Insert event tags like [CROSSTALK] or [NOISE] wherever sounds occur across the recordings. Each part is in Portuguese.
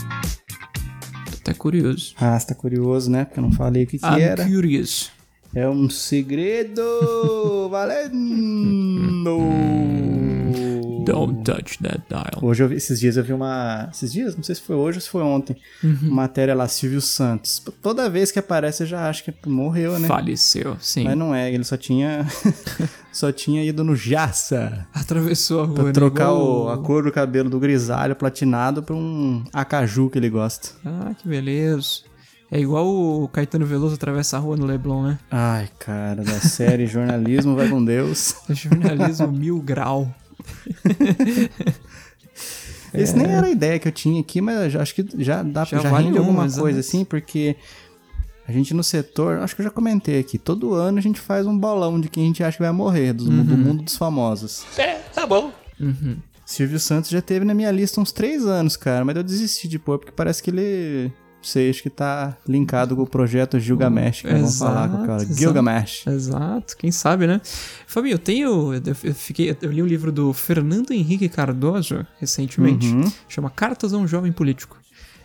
Tô até curioso. Ah, você tá curioso, né? Porque eu não falei o que, que I'm era. curious. É um segredo valendo! Don't touch that dial. Hoje eu vi, esses dias eu vi uma. Esses dias? Não sei se foi hoje ou se foi ontem. Matéria lá, Silvio Santos. P- Toda vez que aparece, eu já acho que morreu, né? Faleceu, sim. Mas não é, ele só tinha. [LAUGHS] só tinha ido no Jaça [LAUGHS] Atravessou a rua. pra né? trocar Igual o- a cor do cabelo do grisalho platinado pra um acaju que ele gosta. Ah, que beleza. É igual o Caetano Veloso atravessa a rua no Leblon, né? [LAUGHS] Ai, cara, da série Jornalismo Vai com Deus. [LAUGHS] Jornalismo mil grau. Esse nem era a ideia que eu tinha aqui, mas já- acho que já dá É. Já já, já vale um, rende uma, alguma exato. coisa assim, porque a gente no setor, acho que eu já comentei aqui, todo ano a gente faz um bolão de quem a gente acha que vai morrer do, Uhum. do mundo dos famosos. É, tá bom. Silvio Santos já teve na minha lista uns três anos, cara, mas eu desisti de pôr porque parece que ele, não sei, acho que tá linkado com o projeto Gilgamesh, que vamos Exato, falar com aquela exato. Gilgamesh. Exato, quem sabe, né? Fabinho, eu tenho. Eu, eu fiquei, eu li um livro do Fernando Henrique Cardoso recentemente, Uhum. chama Cartas a um Jovem Político.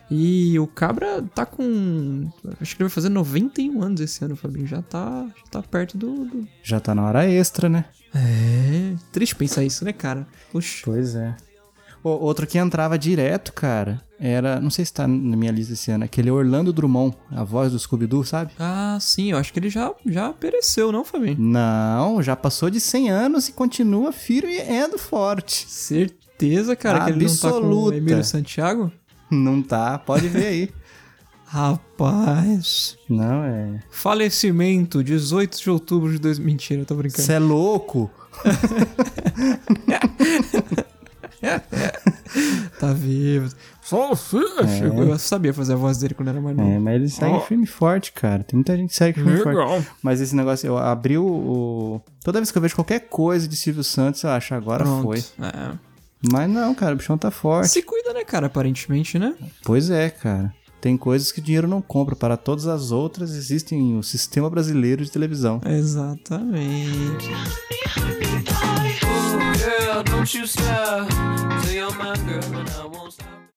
E o Cabra tá com. Acho que ele vai fazer 91 anos esse ano, Fabinho. Já tá, já tá perto do. do- Já tá na hora extra, né? É. Triste pensar isso, né, cara? Puxa. Pois é. O- outro que entrava direto, cara, era. Não sei se tá na minha lista esse ano, aquele Orlando Drummond, a voz do Scooby-Doo, sabe? Ah, sim, eu acho que ele já, já pereceu, não, Fabinho? Não, já passou de 100 anos e continua firme e endo forte. Certeza, cara, que ele não tá com o Absoluta. Emílio Santiago? Não tá, pode ver aí. Rapaz. [LAUGHS] não, é. Falecimento, 18 de outubro de 2000. Mentira, eu tô brincando. Você é louco? Tá vivo. Só filho. Eu sabia fazer a voz dele quando era mais É, novo. mas ele segue firme e forte, cara. Tem muita gente que segue firme e forte. Legal. Mas esse negócio, eu abri o, o- Toda vez que eu vejo qualquer coisa de Silvio Santos, eu acho, agora Pronto. foi. É. Mas não, cara, o bichão tá forte. Se cuida, né, cara, aparentemente, né? Pois é, cara. Tem coisas que o dinheiro não compra. Para todas as outras, existem o sistema brasileiro de televisão. Exatamente. Girl, don't you stop. Say you're my girl and I won't stop.